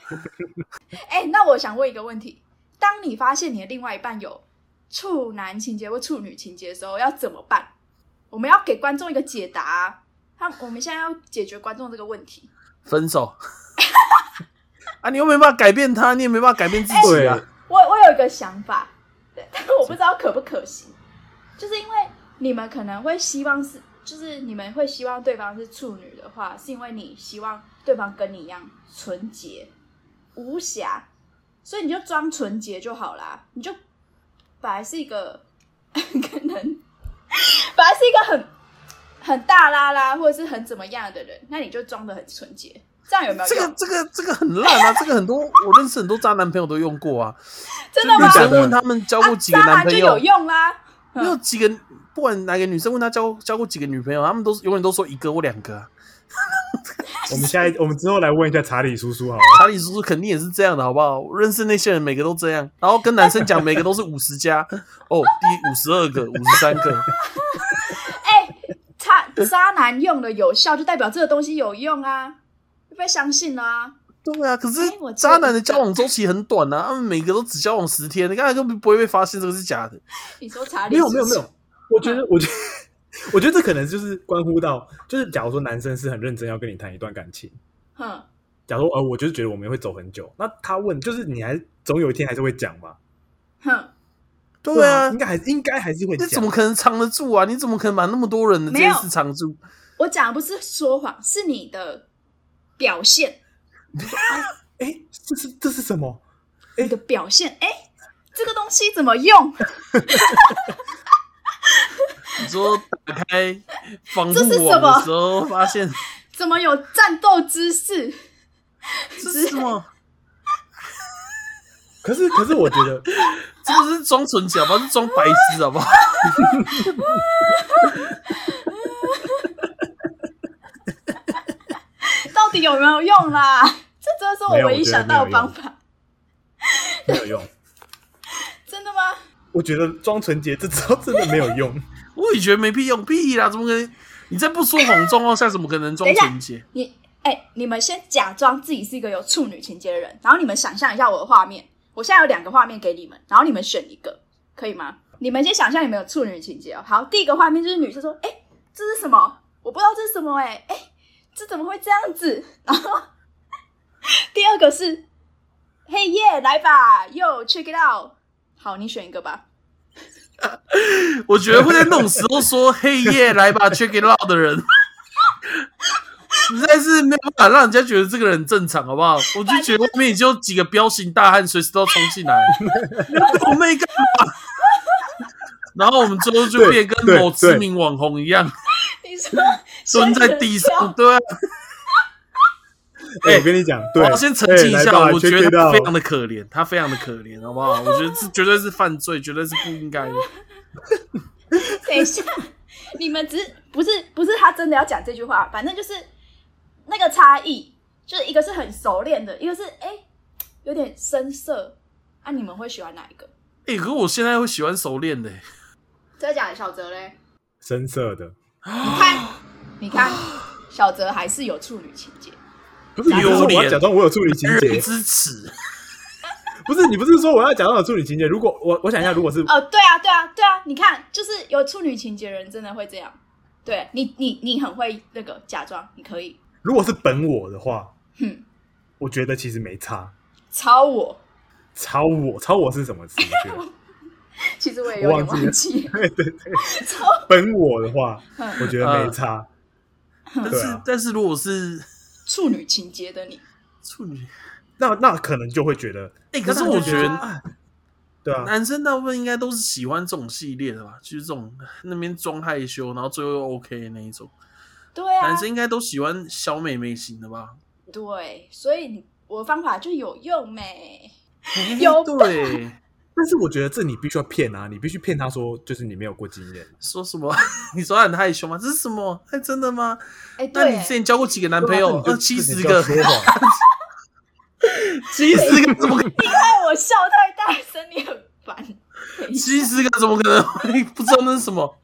S2: 哎、那我想问一个问题：当你发现你的另外一半有处男情节或处女情节的时候，要怎么办？我们要给观众一个解答啊、他我们现在要解决观众这个问题。
S3: 分手。啊，你又没办法改变他，你也没办法改变自己
S1: 对
S3: 啊。
S2: 我我有一个想法，对 但是我不知道可不可行，就是因为你们可能会希望是，就是你们会希望对方是处女的话，是因为你希望对方跟你一样纯洁无瑕，所以你就装纯洁就好啦，你就本来是一个 可能本来是一个很很大拉拉或者是很怎么样的人，那你就装的很纯洁，这样有没有
S3: 这
S2: 用？
S3: 个这个这个很烂啊！这个很多我认识很多渣男朋友都用过啊。
S2: 真的吗？
S3: 就女生问他们交过几个
S2: 啊渣
S3: 男
S2: 男
S3: 朋
S2: 就
S3: 友，
S2: 有用啦。嗯
S3: 没有几个，不管哪个女生问他交交过几个女朋友，他们都是永远都说一个或两个啊。
S1: 我们下一我们之后来问一下查理叔叔好了，
S3: 查理叔叔肯定也是这样的，好不好？我认识那些人，每个都这样，然后跟男生讲，每个都是五十加，哦，第五十 二个、五十三个，
S2: 哎、渣渣男用的有效，就代表这个东西有用啊，就被相信了啊。
S3: 对啊。可是
S2: 哎我知道
S3: 渣男的交往周期很短啊，他们每个都只交往十天，你看根本不会被发现这个是假的。
S2: 你说查理
S1: 没有没有没
S2: 是
S1: 有
S2: 不是，，
S1: 我觉得我觉得 我觉得这可能就是关乎到，就是假如说男生是很认真要跟你谈一段感情。
S2: 哼，
S1: 假如呃，我就是觉得我们会走很久，那他问就是你还总有一天还是会讲嘛？
S2: 哼，
S3: 对啊，
S2: 嗯
S1: 应该还应该还是会
S3: 你
S1: 讲。
S3: 怎么可能藏得住啊？你怎么可能把那么多人的这件
S4: 没
S3: 事
S4: 有
S3: 藏住？
S2: 我讲的不是说谎，是你的表现，
S1: 哎，这是这是什么？
S2: 你的表现。哎、这个东西怎么用？
S3: 你说打开防护
S2: 这是什
S3: 网的
S2: 么
S3: 时候，发现
S2: 怎么有战斗姿势？
S3: 这是什么？
S1: 可是可是我觉得，
S3: 这不是装纯洁好不好？是装白痴好不好？
S2: 到底有没有用啦？这真的是我唯一想到的方法。
S1: 没有用。
S2: 真的吗？
S1: 我觉得装纯洁这招真的没有用。
S3: 我也觉得没必要，屁啊啦！怎么可能？你在不说谎的状况下，怎么可能装纯洁？
S2: 你哎、你们先假装自己是一个有处女情节的人，然后你们想象一下我的画面。我现在有两个画面给你们，然后你们选一个，可以吗？你们先想象你们有处女情节哦。好，第一个画面就是女生说：“哎、这是什么？我不知道这是什么、哎，哎，这怎么会这样子？”然后第二个是：“嘿耶，来吧，Yo check it out。”好，你选一个吧。
S3: 我觉得会在那种时候说“黑夜来吧 ”，check it out 的人，实在是没有办法让人家觉得这个人很正常，好不好？我就觉得外面已经有几个彪形大汉随时都要冲进来，你们我妹干嘛？然后我们最后就变跟
S1: 对对
S3: 某知名网红一样，
S2: 你说
S3: 蹲在地上，对啊。
S1: 哎、
S3: 哎
S1: 我跟你讲，对，
S3: 我要先澄清一
S1: 哎来
S3: 下，
S1: 吧
S3: 我觉
S1: check
S3: 得
S1: it
S3: 他
S1: out
S3: 非常的可怜，他非常的可怜，好不好？我觉得这绝对是犯罪，绝对是不应该的。
S2: 等一下，你们只是不是不是他真的要讲这句话，反正就是那个差异，就是一个是很熟练的，一个是哎、有点生涩。啊，你们会喜欢哪一个？
S3: 哎、可是我现在会喜欢熟练的、欸，
S2: 真的假的？小泽嘞？
S1: 深色的，
S2: 你看， 你看，小泽还是有处女情节。
S1: 不是你不是说
S3: 丢脸
S1: 我要假装我有处女情
S3: 人
S1: 节，
S3: 之耻。
S1: 不是你不是说我要假装有处女情节？如果我我想一下，如果是
S2: 哦，对啊，对啊，对啊，你看，就是有处女情节的人真的会这样。对你，你你很会那个假装，你可以，
S1: 如果是本我的话，
S2: 哼，
S1: 我觉得其实没差。
S2: 超我。
S1: 超我，超我是什么词？我觉得
S2: 其实我也有点
S1: 我忘记了
S2: 忘记，
S1: 对对对，
S2: 超
S1: 本我的话，
S2: 嗯
S1: 我觉得没差。
S3: 但是、
S1: 对啊
S3: 但是如果是
S2: 处女情节的你。
S3: 处女，
S1: 那那可能就会觉得，
S3: 哎、可是
S1: 那
S3: 我
S1: 就
S3: 觉
S1: 觉
S3: 得
S1: 啊对啊，
S3: 男生大部分应该都是喜欢这种系列的吧，就是这种那边装害羞，然后最后又 OK 的那一种。
S2: 对啊，
S3: 男生应该都喜欢小美眉型的吧？
S2: 对，所以你我的方法就有用没？
S3: 哎
S2: 有吧
S3: 对，
S1: 但是我觉得这你必须要骗啊，你必须骗他说，就是你没有过经验。
S3: 说什么？ 你说他很害羞吗？这是什么？哎，真的吗？
S2: 哎，
S3: 那你
S2: 对
S3: 之，前交过几个男朋
S1: 对
S3: 友
S1: 啊？那你
S3: 呃，
S1: 就
S3: 七十
S1: 这个
S3: 个
S1: 叫。说谎，
S3: 七十个怎么可能？
S2: 害哎我笑太大声，你很烦。
S3: 七十个怎么可能 会不知道那是什么？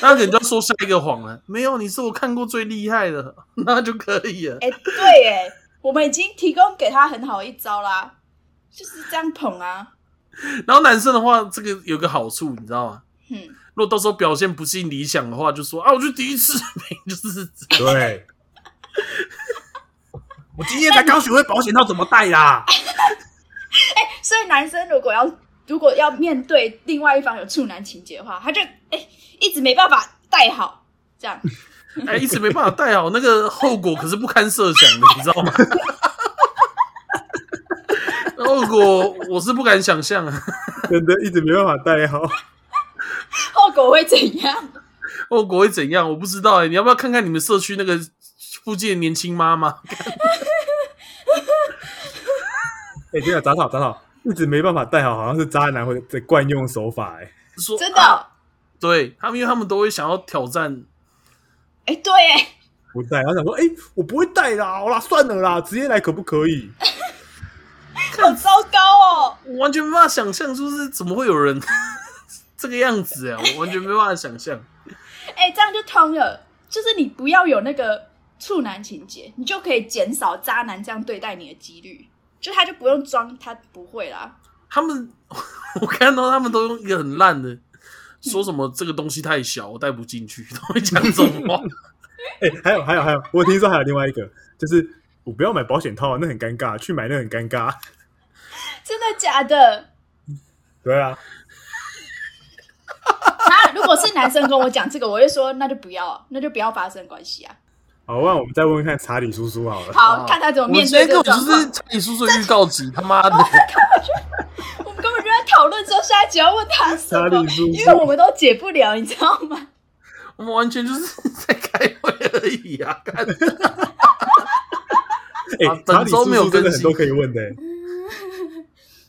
S3: 那可能就要说下一个谎了。没有，你是我看过最厉害的， 那就可以了。
S2: 哎，对，哎，我们已经提供给他很好的一招啦，就是这样捧啊，
S3: 然后男生的话，这个有个好处，你知道吗？
S2: 嗯，
S3: 如果到时候表现不尽理想的话，就说啊，我就第一次，就是
S1: 对。我今天才刚学会保险套怎么戴啦。
S2: 所以男生如果要如果要面对另外一方有处男情节的话，他就哎一直没办法带好，这 样
S3: 哎，一直没办法带好，那个后果可是不堪设想的，你知道吗？ 后果我是不敢想象啊，
S1: 真的一直没办法戴好。哎
S2: 后果会怎样？
S3: 后果会怎样？我不知道哎、你要不要看看你们社区那个附近的年轻妈妈？
S1: 哎、真的杂草杂草，一直没办法戴好，好像是渣男会的惯用手法、哎，
S3: 说
S2: 真的
S3: 啊
S2: 哦，
S3: 对他们，因为他们都会想要挑战，
S2: 哎，对，哎，
S1: 不戴，然后想说，哎、我不会戴啦，好啦，算了啦，直接来可不可以？
S2: 好糟糕哦。
S3: 我完全没办法想象，就是怎么会有人 这个样子啊！我完全没办法想象。
S2: 哎、这样就通了。就是你不要有那个处男情节，你就可以减少渣男这样对待你的几率。就他就不用装他不会啦。
S3: 他们，我看到他们都用一个很烂的，说什么这个东西太小，我带不进去，都会讲这种 话。
S1: 哎、还有还有还有，我听说还有另外一个，就是我不要买保险套，那很尴尬，去买那很尴尬。
S2: 真的假的？
S1: 对啊，
S2: 那如果是男生跟我讲这个，我会说那就不要啊，那就不要发生关系啊。
S1: 好，那我们再问问看查理叔叔好了。
S2: 好，看他怎么面对
S3: 我今天
S2: 这个
S3: 根
S2: 状
S3: 本就
S2: 况
S3: 是。查理叔叔的预告集，他妈 的！
S2: 我们根本就在讨论说下一集要问他什
S1: 查
S2: 么
S1: 理，叔
S2: 因为我
S1: 叔，
S2: 们都解不了，你知道吗？
S3: 我们完全就是 在开会而已啊！看，啊
S1: 哎，
S3: 本
S1: 查理
S3: 周
S1: 叔
S3: 没有
S1: 叔真的很
S3: 更新
S1: 多可以问的欸。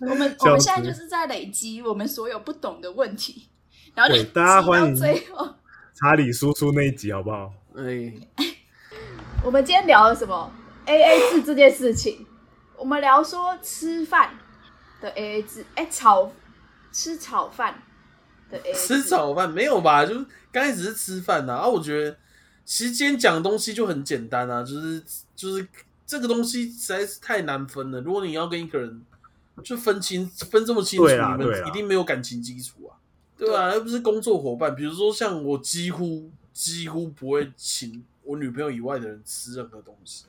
S2: 我们我
S1: 笑
S2: 们
S1: 死
S2: 现在就是在累积我们所有不懂的问题，然后就
S1: 对大家
S2: 积到
S1: 欢迎
S2: 最后，
S1: 查理叔叔那一集好不 好？
S3: 哎，
S2: 我们今天聊了什么？A A 制这件事情，我们聊说吃饭的 A A 制，哎、炒吃炒饭的 A A
S3: 吃早饭没有吧？就是刚开始是吃饭呐、啊，我觉得其实今天讲的东西就很简单啊，就是就是这个东西实在是太难分了。如果你要跟一个人就分清分这么清楚，
S1: 对啦
S3: 你
S1: 对
S3: 们
S1: 啦
S3: 一定没有感情基础啊，对啊，又不是工作伙伴。比如说像我几乎几乎不会请我女朋友以外的人吃任何东西。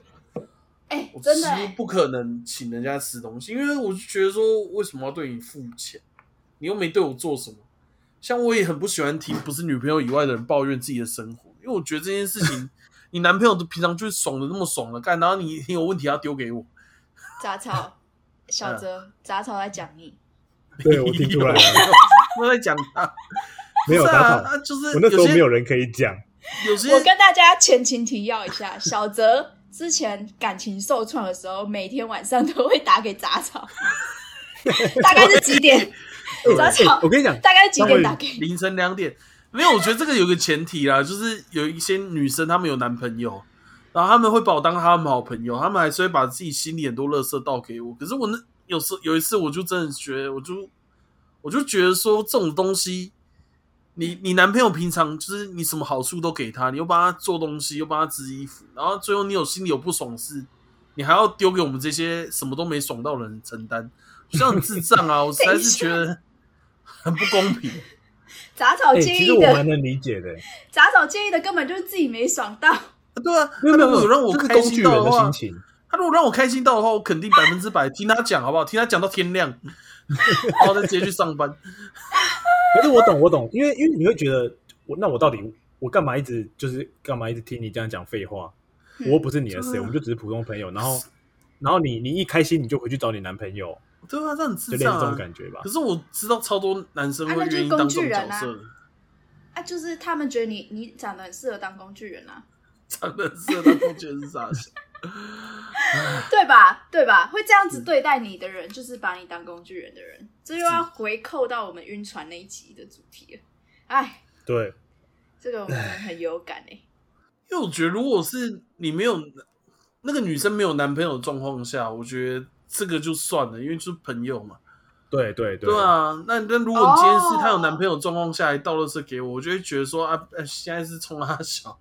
S2: 哎、
S3: 我
S2: 真的、
S3: 几乎
S2: 哎
S3: 不可能请人家吃东西，因为我就觉得说，为什么要对你付钱？你又没对我做什么。像我也很不喜欢听不是女朋友以外的人抱怨自己的生活，因为我觉得这件事情，你男朋友都平常就是爽的那么爽了，干，然后你你有问题要丢给我，
S2: 杂草小
S1: 嗯
S2: 泽杂草在讲你，
S1: 对，我听出来了，
S3: 我在讲他，
S1: 没有
S3: 不是
S1: 打
S3: 啊，
S1: 草，
S3: 啊就是
S1: 我那时候
S3: 些
S1: 没有人可以讲。
S3: 有些
S2: 我跟大家前情提要一下，小泽之前感情受创的时候，每天晚上都会打给杂 草，大概是几点？
S1: 哎
S2: 杂草
S1: 哎我跟你讲，
S2: 大概几点打给你？
S3: 凌晨两点，没有，我觉得这个有个前提啦，就是有一些女生她们有男朋友，然后她们会把我当她们好朋友，她们还是会把自己心里很多垃圾倒给我。可是我那有时有一次，我就真的觉得，我就我就觉得说这种东西，你你男朋友平常就是你什么好处都给他，你又帮他做东西，又帮他织衣服，然后最后你有心里有不爽事，你还要丢给我们这些什么都没爽到的人承担，就像很智障啊！我实在是觉得很不公平。
S2: 杂草
S1: 哎，
S2: 介
S1: 其实
S2: 意
S1: 我
S2: 的，
S1: 蛮能理解的，
S2: 杂草介意的根本就是自己没爽到。
S3: 啊对啊，
S1: 没有
S3: 他
S1: 没
S3: 如果
S1: 有，
S3: 让我
S1: 这是
S3: 开
S1: 工具
S3: 心
S1: 人
S3: 到的
S1: 的
S3: 话
S1: 心，情。
S3: 他如果让我开心到的话，我肯定百分之百听他讲，好不好？听他讲到 天亮，然后再直接去上班。
S1: 可是我懂，我懂，因为因为你会觉得我那我到底我干嘛一直就是干嘛一直听你这样讲废话？
S2: 嗯
S1: 我又不是你的谁，
S3: 对啊
S1: 我们就只是普通朋友。然后然后你你一开心你就回去找你男朋友，
S3: 对啊，这很
S1: 就
S3: 智
S1: 类似这
S3: 障
S1: 种
S3: 啊！
S1: 感觉吧
S3: 可。是我知道超多男生
S2: 啊那
S3: 会
S2: 就是
S3: 愿意当
S2: 工
S3: 这
S2: 具
S3: 种
S2: 人
S3: 角
S2: 啊
S3: 色的，
S2: 啊，就是他们觉得你你长得很适合当工具人啊，
S3: 长得色当工具人是啥？
S2: 对吧？对吧？会这样子对待你的人，就是把你当工具人的人，这又要回扣到我们晕船那一集的主题了。哎，
S1: 对，
S2: 这个我们很有感哎、
S3: 因为我觉得，如果是你没有那个女生没有男朋友的状况下，我觉得这个就算了，因为就是朋友嘛。
S1: 对对
S3: 对啊，那那如果你今天
S2: 哦
S3: 是她有男朋友的状况下来倒垃圾给我，我就会觉得说啊，呃现在是冲她小。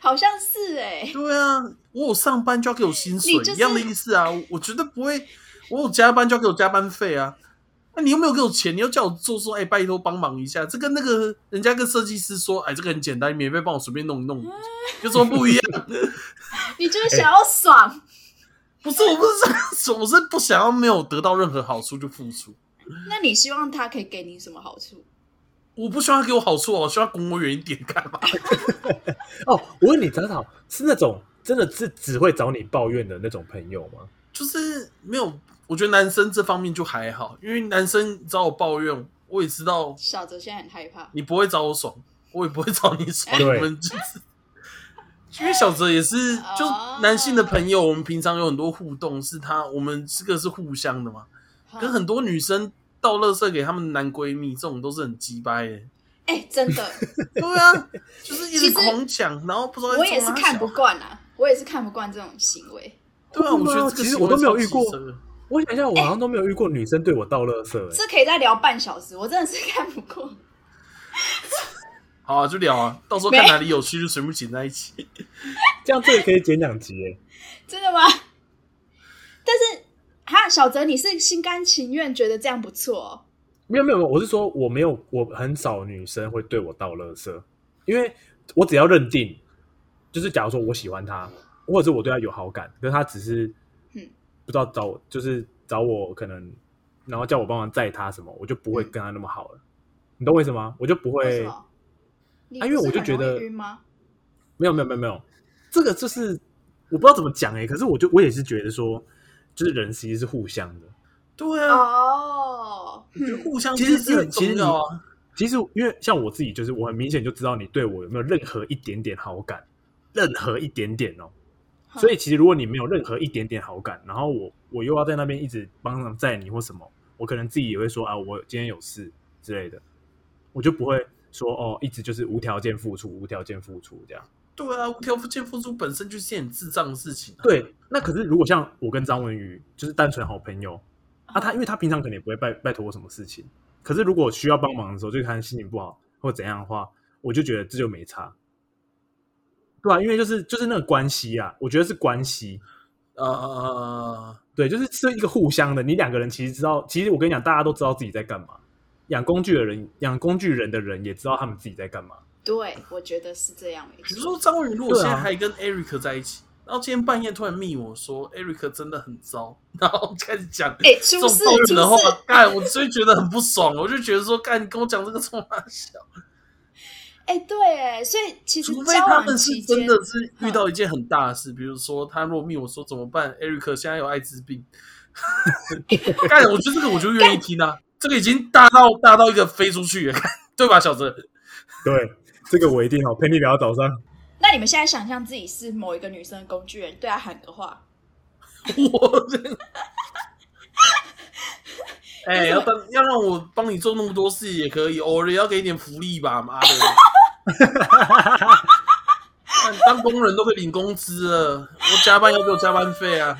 S2: 好像是哎、
S3: 对啊，我有上班就要给我薪水，
S2: 你就是
S3: 一样的意思啊。我我绝对不会，我有加班就要给我加班费啊。那你又没有给我钱，你又叫我做说，哎、拜托帮忙一下。这跟那个人家跟设计师说，哎、这个很简单，免费帮我随便弄一弄，
S2: 嗯
S3: 有什么不一样？
S2: 你就是想要爽。
S3: 不是，我不是， 我是不想要没有得到任何好处就付出。
S2: 那你希望他可以给你什么好处？
S3: 我不希望他给我好处啊，我希望他滚我远一点，干嘛？
S1: 哦，我问你，长草是那种真的是只会找你抱怨的那种朋友吗？
S3: 就是没有，我觉得男生这方面就还好，因为男生找我抱怨，我也知道
S2: 小泽现在很害怕，
S3: 你不会找我爽，我也不会找你爽。
S1: 对
S3: 我们就是，因为小泽也是，就
S2: 哦
S3: 男性的朋友，我们平常有很多互动，是他我们这个是互相的嘛。
S2: 嗯
S3: 跟很多女生倒垃圾给他们男闺蜜，这种都是很鸡掰的。
S2: 哎、真的，
S3: 对啊，就是一
S2: 其
S3: 直
S2: 实
S3: 狂抢，然后不知道在
S2: 我也是
S3: 冲他
S2: 看不
S3: 小。
S2: 惯啊，我也是看不惯这种行为。
S3: 对啊，
S1: 会吗
S3: 我觉得这个
S1: 其实
S3: 行为
S1: 我都没有遇
S3: 超
S1: 过
S3: 机车的
S1: 我想一下，我好像都没有遇过女生对我倒垃圾、欸。
S2: 哎这可以再聊半小时，我真的是看不过。
S3: 好啊，就聊啊，到时候
S2: 没
S3: 看哪里有趣就全部剪在一起。
S1: 这样这个可以剪两集、欸。
S2: 真的吗？ 但是哈，小泽，你是心甘情愿觉得这样不错、哦，
S1: 没有没有，没有我是说我没有，我很少女生会对我倒垃圾，因为我只要认定，就是假如说我喜欢她，或者是我对她有好感，可是她只是
S2: 嗯
S1: 不知道找我，就是找我可能然后叫我帮忙载他什么，我就不会跟他那么好了。你懂我意思吗？我就不
S2: 嗯为什
S1: 会，
S2: 么？你
S1: 啊因为
S2: 不是
S1: 我就
S2: 很
S1: 觉
S2: 容易
S1: 得
S2: 晕吗？
S1: 没有没有没有没有，这个就是我不知道怎么讲哎、可是我就我也是觉得说，就是人其实是互相的。对啊，
S2: 哦，
S3: 就互相
S1: 其实
S3: 是很
S1: 其实
S3: 重要啊。
S1: 其实因为像我自己，就是我很明显就知道你对我有没有任何一点点好感，任何一点点哦。
S2: 好
S1: 所以其实如果你没有任何一点点好感，然后我我又要在那边一直帮忙载你或什么，我可能自己也会说啊，我今天有事之类的，我就不会说哦，一直就是无条件付出，无条件付出这样。
S3: 对啊，无条件付出本身就是很智障的事情、啊。
S1: 对，那可是如果像我跟张文宇就是单纯好朋友，啊，他因
S2: 为
S1: 为他平常可能也不会拜拜托我什么事情，可是如果需要帮忙的时候，就他心情不好或怎样的话，我就觉得这就没差，对啊，因为就是就是那个关系啊，我觉得是关系，
S3: 呃，
S1: 对，就是是一个互相的，你两个人其实知道，其实我跟你讲，大家都知道自己在干嘛。养工具的人，养工具人的人也知道他们自己在干嘛。
S2: 对，我觉得是这样没
S3: 比如
S2: 错。
S3: 说张文宇，如果
S1: 对啊
S3: 现在还跟 Eric 在一起，然后今天半夜突然密我说 Eric 真的很糟，然后开始讲
S5: 哎、
S3: 这
S5: 出
S3: 种
S5: 事
S3: 抱
S5: 出
S3: 怨
S5: 事
S3: 的话，干我就觉得很不爽，我就觉得说干你跟我讲这个冲啊小，
S2: 哎，对，哎，所以其实
S3: 除非
S2: 交
S3: 他
S2: 往
S3: 们是
S2: 期
S3: 真
S2: 间，
S3: 的是遇到一件很大的事，比如说他若密我说怎么办，Eric 现在有艾滋病，干我觉得这个我就愿意听啊，这个已经大到大到一个飞出去了，干对吧，小泽？
S1: 对，这个我一定哦，陪你聊到早上。
S2: 那你们现在想象自己是某一个女生的工具人，对她喊个话，
S3: 我真的。哎、
S2: 为什么
S3: 要当要让我帮你做那么多事也可以，偶尔也要给一点福利 吧，妈的！干当工人都可以领工资了，我加班要给我加班费啊！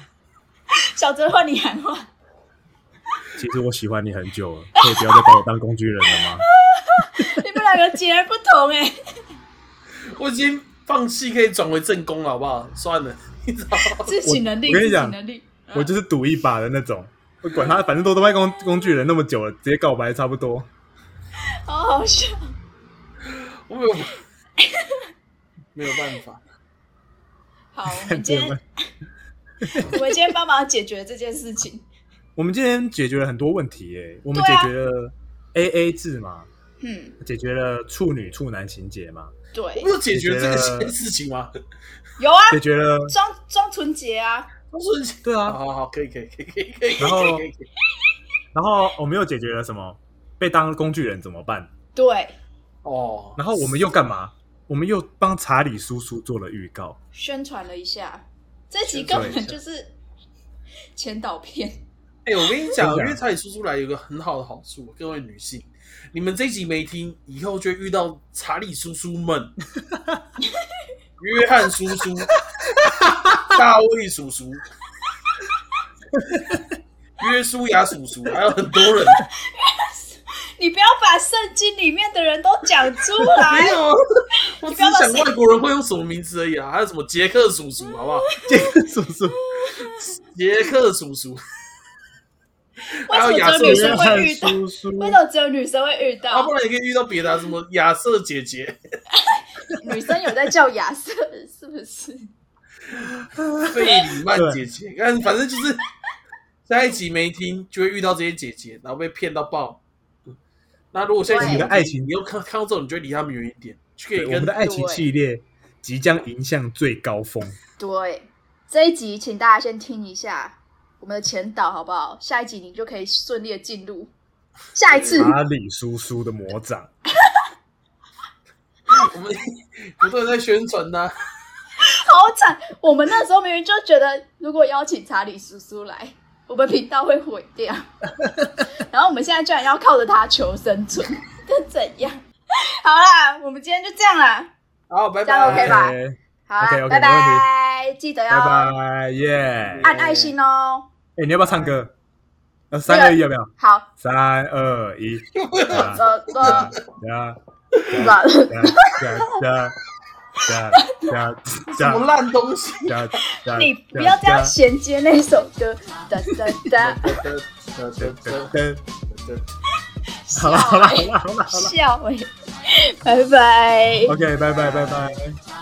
S2: 小泽换你喊话，
S1: 其实我喜欢你很久了，可以不要再把我当工具人了吗？
S2: 你们两个截然不同哎。
S3: 我已经放弃可以转为正宫了，好不好？算了， 你知道吗
S2: 自省能力，
S1: 我跟
S2: 自
S1: 你讲
S2: 省能力，嗯
S1: 我就是赌一把的那种，我管他，反正都当工工具人那么久了，直接告白差不多。
S2: 好好笑。
S3: 我没有没有办法。
S2: 好， 我们今天 我们今天帮忙解决这件事 情。
S1: 我们今天解决了很多问题耶、我们
S2: 对
S1: 解
S2: 啊
S1: 决了 A A 制嘛，
S2: 嗯，
S1: 解决了处女处男情节嘛，
S2: 对
S3: 我没，有解决这件事情吗？
S2: 有啊，
S1: 解决 了
S2: 庄庄纯洁啊，
S3: 我说，
S1: 对
S3: 好
S1: 啊，
S3: 好好，可以可以可以可以可以，
S1: 然后
S3: 可以可以可以
S1: 然后我们又解决了什么？被当工具人怎么办？
S2: 对，
S3: 哦，
S1: 然后我们又干嘛？我们又帮查理叔叔做了预告，
S2: 宣传了一下，这集根
S3: 宣传
S2: 本
S3: 一下
S2: 就是前导片。
S3: 哎、我跟你讲，
S1: 真的啊
S3: 因为查理叔叔来有一个很好的好处，各位女性，你们这一集没听，以后就会遇到查理叔 叔们、约翰叔叔、大卫叔叔、约书亚叔叔，还有很多 人。
S2: 你不要把圣经里面的人都讲出
S3: 没
S1: 哎
S2: 来，
S3: 有，我只是想外国人会用什么名字而已啊，还有什么杰克叔叔，好 不好？
S1: 杰克叔叔，
S2: 嗯
S3: 杰克叔叔，
S2: 为什
S3: 还有亚
S2: 么
S3: 瑟
S2: 只有女
S1: 约
S2: 生会
S1: 翰
S2: 遇到？
S1: 叔叔，
S2: 为什么只有女生会遇
S3: 要、
S2: 到
S3: 哦不？然也可以遇到别的、啊，什么亚瑟姐姐。
S2: 女生有在叫亚瑟， 是不是？
S3: 费里曼姐姐，但反正就是下一集没听，就会遇到这些姐姐，然后被骗到爆。那如果下一集
S2: 对
S3: 有
S2: 你
S1: 的爱情
S3: 你又看看到这种，你就会离他们远一点，去可
S1: 对
S3: 以
S1: 我们
S3: 跟
S1: 的爱情系列即将迎向最高峰。
S2: 对，这一集请大家先听一下我们的前导，好不好？下一集你就可以顺利的进入下一次。
S1: 查理叔叔的魔掌，
S3: 我们不断在宣传 呐、
S2: 好惨！我们那时候明明就觉得，如果邀请查理叔叔来，我们频道会毁 掉。然后我们现在居然要靠着他求生存， 这怎样？好啦，我们今天就这样啦。
S3: 好，拜
S2: 这样
S3: 拜
S2: OK 吧
S1: OK，
S2: 好啦
S1: OK，OK，
S2: 拜
S1: 没
S2: 拜，记得
S1: 拜
S2: 要
S1: 拜耶！
S2: 按爱心哦。
S1: 哎，你要不要唱歌？呃，三二一，要不要？
S2: 好，呃
S1: 三二一，哒
S2: 走 走
S1: 哒哒
S2: 走。
S1: 哒哒哒哒
S3: 什
S1: 哒
S3: 么烂东西？
S1: 哒哒，
S2: 你不要这样衔接那首歌，哒哒 哒，
S1: 好了好了好了好了好了
S2: 笑哎、拜拜。
S1: ，OK，拜拜拜拜。